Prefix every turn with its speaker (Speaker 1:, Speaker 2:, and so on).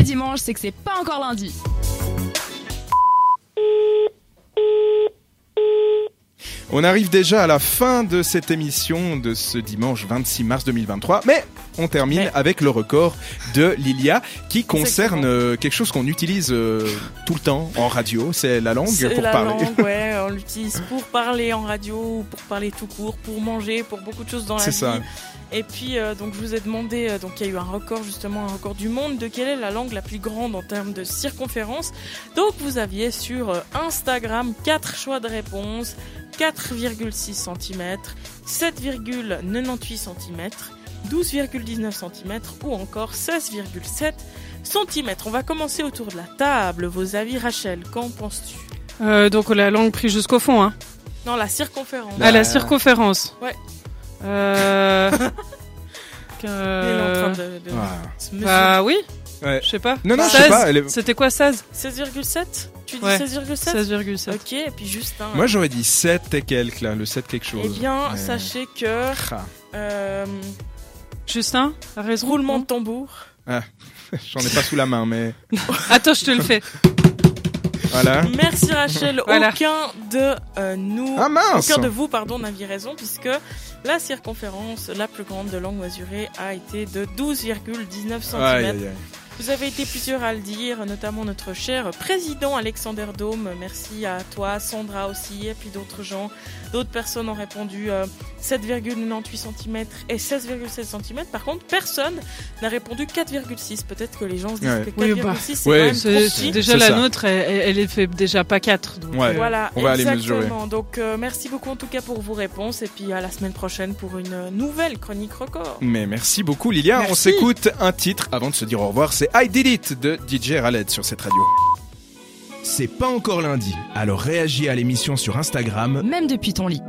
Speaker 1: dimanche, c'est que c'est pas encore lundi.
Speaker 2: On arrive déjà à la fin de cette émission de ce dimanche 26 mars 2023, mais on termine
Speaker 1: Mais-
Speaker 2: avec le record de Lilia qui concerne euh, quelque chose qu'on utilise euh, tout le temps en radio, c'est la langue
Speaker 3: C'est
Speaker 2: pour
Speaker 3: la
Speaker 2: parler.
Speaker 3: langue, ouais, on l'utilise pour parler en radio, ou pour parler tout court, pour manger, pour beaucoup de choses dans la
Speaker 2: C'est
Speaker 3: vie.
Speaker 2: ça.
Speaker 3: Et puis, euh, donc, je vous ai demandé, euh, donc, il y a eu un record, justement, un record du monde de quelle est la langue la plus grande en termes de circonférence. Donc, vous aviez sur euh, Instagram quatre choix de réponse 4,6 cm, 7,98 cm, 12,19 cm ou encore 16,7 cm. On va commencer autour de la table. Vos avis, Rachel, qu'en penses-tu
Speaker 4: Euh, donc la langue prise jusqu'au fond, hein.
Speaker 3: Non, la circonférence.
Speaker 2: Bah.
Speaker 4: À la circonférence.
Speaker 3: Ouais.
Speaker 4: Euh...
Speaker 3: Il est en train
Speaker 4: euh,
Speaker 3: de- de-
Speaker 2: Ah.
Speaker 3: se mesurer.
Speaker 4: Bah oui.
Speaker 2: Ouais.
Speaker 4: Je sais pas.
Speaker 2: Non, non, je sais
Speaker 4: 16,
Speaker 2: pas. elle est-
Speaker 4: C'était quoi 16
Speaker 3: 16,7 Tu dis
Speaker 4: Ouais.
Speaker 3: 16,7
Speaker 4: 16,7.
Speaker 3: Ok, et puis Justin.
Speaker 2: Moi j'aurais dit 7 et quelques là, le 7 quelque chose.
Speaker 3: eh bien,
Speaker 2: Ouais.
Speaker 3: sachez que
Speaker 2: Ah,
Speaker 3: euh,
Speaker 4: Justin, a raison.
Speaker 3: roulement de tambour.
Speaker 2: J'en ai pas sous la main, mais
Speaker 4: Attends, je te le fais.
Speaker 2: voilà.
Speaker 3: Merci Rachel.
Speaker 4: Hein Voilà.
Speaker 3: Aucun de euh, nous,
Speaker 2: Ah mince
Speaker 3: aucun de vous, pardon, n'aviez raison puisque la circonférence la plus grande de langue mesurée a été de 12,19 cm.
Speaker 2: Aïe, aïe, aïe.
Speaker 3: Vous avez été plusieurs à le dire, notamment notre cher président Alexander Dôme. Merci à toi, Sandra aussi, et puis d'autres gens. D'autres personnes ont répondu euh, 7,98 cm et 16,7 cm. Par contre, personne n'a répondu 4,6. Peut-être que les gens se disent
Speaker 2: Ouais.
Speaker 3: que 4,6
Speaker 4: Oui, bah,
Speaker 3: c'est
Speaker 2: ouais,
Speaker 3: quand même trop
Speaker 4: C'est-
Speaker 3: petit.
Speaker 4: Déjà
Speaker 2: C'est
Speaker 4: la
Speaker 2: ça.
Speaker 4: nôtre, elle, elle elle fait déjà pas 4. Donc,
Speaker 2: Ouais.
Speaker 4: euh,
Speaker 3: Voilà,
Speaker 2: On va aller
Speaker 3: exactement.
Speaker 2: mesurer.
Speaker 3: Donc euh, merci beaucoup en tout cas pour vos réponses et puis à la semaine prochaine pour une nouvelle chronique record.
Speaker 2: Mais merci beaucoup Lilia, on
Speaker 3: Merci.
Speaker 2: s'écoute un titre avant de se dire au revoir, c'est I Did It de DJ Raled sur cette radio.
Speaker 5: C'est pas encore lundi, alors réagis à l'émission sur Instagram
Speaker 1: Même depuis ton lit.